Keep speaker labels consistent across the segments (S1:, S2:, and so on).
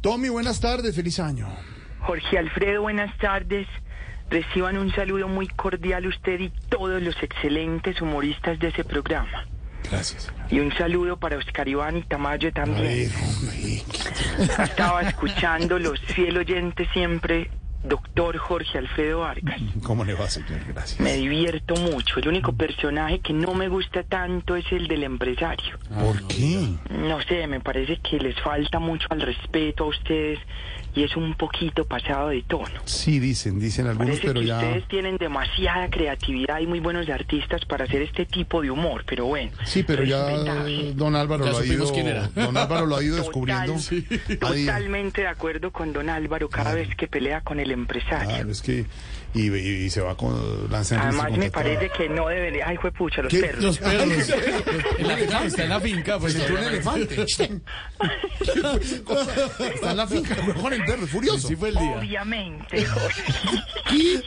S1: Tommy, buenas tardes, feliz año.
S2: Jorge Alfredo, buenas tardes. Reciban un saludo muy cordial usted y todos los excelentes humoristas de ese programa.
S1: Gracias. señor.
S2: Y un saludo para Oscar Iván y Tamayo
S1: A ver,
S2: también.
S1: hombre,
S2: Estaba escuchando los fiel oyentes siempre, doctor Jorge Alfredo Vargas.
S1: ¿cómo le va, señor? Gracias.
S2: Me divierto mucho. El único personaje que no me gusta tanto es el del empresario.
S3: Ah,
S1: ¿Por qué?
S2: No sé, me parece que les falta mucho al respeto a ustedes y es un poquito pasado de tono.
S1: Sí, dicen, dicen algunos,
S2: Parece
S1: pero
S2: que
S1: ya...
S2: ustedes tienen demasiada creatividad y muy buenos artistas para hacer este tipo de humor, pero bueno.
S1: Sí, pero ya
S2: respetable.
S1: don Álvaro
S3: Ya
S1: lo ha
S3: supimos
S1: ido...
S3: quién era.
S1: Don Álvaro lo ha ido
S2: Total,
S1: descubriendo.
S2: sí.
S1: Ha ido-
S2: Totalmente de acuerdo con don Álvaro cada vez que pelea con el empresario.
S1: Claro, es que... Y, y- y se va con... Lanza en
S2: Además
S1: risa
S2: me
S1: contra todo.
S2: parece que no debería... Ay, juepucha, los
S1: pues, ¿Qué?
S2: perros.
S3: Los perros. En la finca, está en la finca, pues.
S1: Sentó un elefante. Está en la finca, con el perro, furioso.
S3: Sí fue el día.
S2: Obviamente, Jorge.
S1: ¿Qué?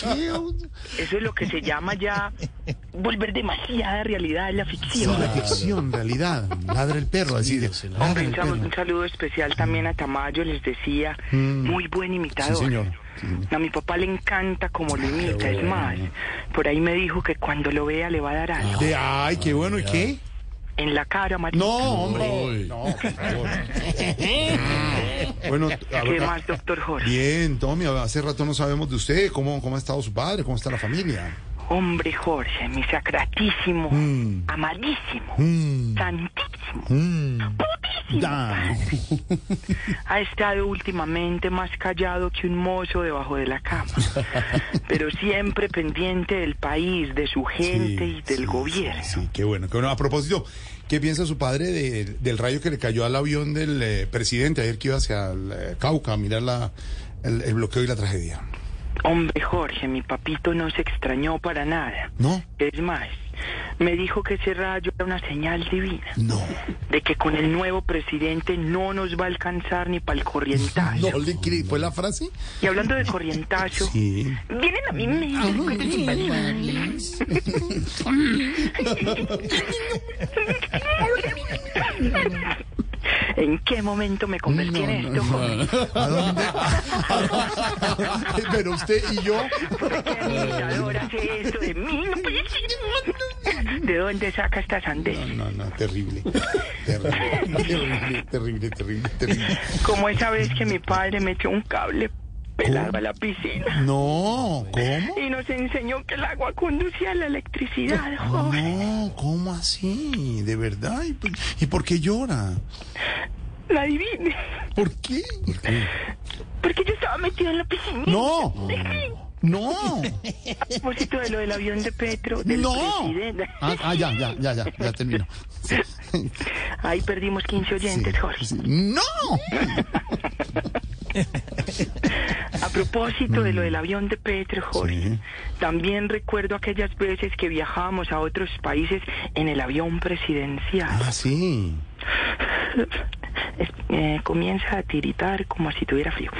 S1: ¿Qué?
S2: Eso es lo que se llama ya volver demasiada realidad a la ficción.
S1: La ficción, realidad. Ladra el perro, así de- ladra
S2: Hombre,
S1: el
S2: un saludo, un
S1: perro.
S2: saludo especial también a Tamayo, les decía, muy buen imitador.
S1: Mm. Sí, señor. Sí, señor.
S2: A mi papá le encanta como lo imita, es más, por ahí me dijo que cuando lo vea le va a dar algo.
S1: De, ay, qué bueno, ¿y qué?
S2: En la cara, Marito.
S1: Ah. No, hombre.
S3: Uy.
S1: No, por favor. Bueno, a
S2: ¿Qué
S1: ver,
S2: más, doctor Jorge?
S1: bien, Tommy, hace rato no sabemos de usted, cómo, cómo ha estado su padre, cómo está la familia.
S2: Hombre, Jorge, mi sacratísimo,
S1: Mm.
S2: amadísimo,
S1: Mm,
S2: santísimo.
S1: mm. Da.
S2: Ha estado últimamente más callado que un mozo debajo de la cama, pero siempre pendiente del país, de su gente y del
S1: sí,
S2: gobierno.
S1: Sí, sí, qué bueno, qué bueno. A propósito, ¿qué piensa su padre de- del rayo que le cayó al avión del eh, presidente ayer que iba hacia el eh, Cauca a mirar la, el, el bloqueo y la tragedia?
S2: Hombre, Jorge, mi papito no se extrañó para nada.
S1: ¿No?
S2: Es más, me dijo que ese rayo era una señal divina,
S1: No.
S2: de que con el nuevo presidente no nos va a alcanzar ni para el corrientazo.
S1: No le cre- ¿Fue la frase?
S2: Y hablando de corrientazo,
S1: Sí.
S2: vienen a mí mismos cuentos infantiles. ¿En qué momento me convertí en esto, Jorge?
S1: ¿A dónde? Pero usted y yo.
S2: ¿Qué imitador hace esto de mí? No puede ser. ¿De dónde saca esta sandez?
S1: No, no, terrible. Terrible, terrible, terrible, terrible. terrible.
S2: Como esa vez que mi padre metió un cable pelado a la piscina
S1: No, ¿cómo?
S2: y nos enseñó que el agua conducía la electricidad. joven.
S1: No, ¿cómo así? ¿De verdad? ¿Y por, y por qué llora?
S2: La adivine.
S1: ¿Por qué?
S2: Porque yo estaba metido en la piscina.
S1: No, no,
S2: A propósito de lo del avión de Petro, del
S1: no.
S2: presidente.
S1: Ah, ah, ya, ya, ya, ya, ya terminó. Sí,
S2: Ahí perdimos 15 oyentes, Jorge.
S1: sí. No.
S2: A propósito de lo del avión de Petro, Jorge,
S1: Sí.
S2: también recuerdo aquellas veces que viajábamos a otros países en el avión presidencial.
S1: Ah, sí.
S2: Es- eh, comienza a tiritar como si tuviera frío.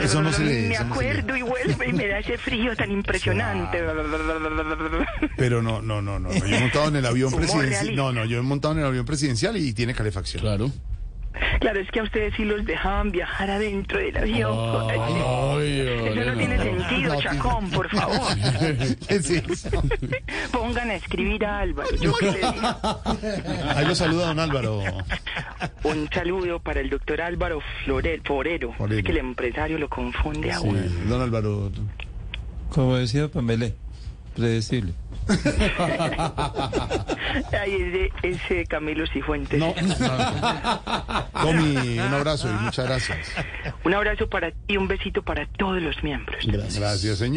S1: Eso no se le- eso no se le-
S2: Me acuerdo y vuelve y me da ese frío tan impresionante.
S1: Pero no, no, no, no. Yo he montado en el avión
S2: Humor
S1: presidencial.
S2: realista.
S1: No, no, yo he montado en el avión presidencial y tiene calefacción.
S3: Claro.
S2: Claro, es que a ustedes sí los dejaban viajar adentro del avión.
S3: Ay,
S2: Eso no tiene sentido,
S1: No,
S2: Chacón, por favor.
S1: ¿Qué es eso?
S2: Pongan a escribir a Álvaro. Yo que le digo.
S1: Ahí lo saluda don Álvaro.
S2: Un saludo para el doctor Álvaro Florel, Forero.
S1: Forero.
S2: Es que el empresario lo confunde a uno.
S1: Don Álvaro.
S4: Como decía Pamela, predecible.
S2: Ay, ese, ese Camilo Cifuentes.
S1: No. Tommy, un abrazo y muchas gracias.
S2: Un abrazo para ti y un besito para todos los miembros.
S1: Gracias, señor.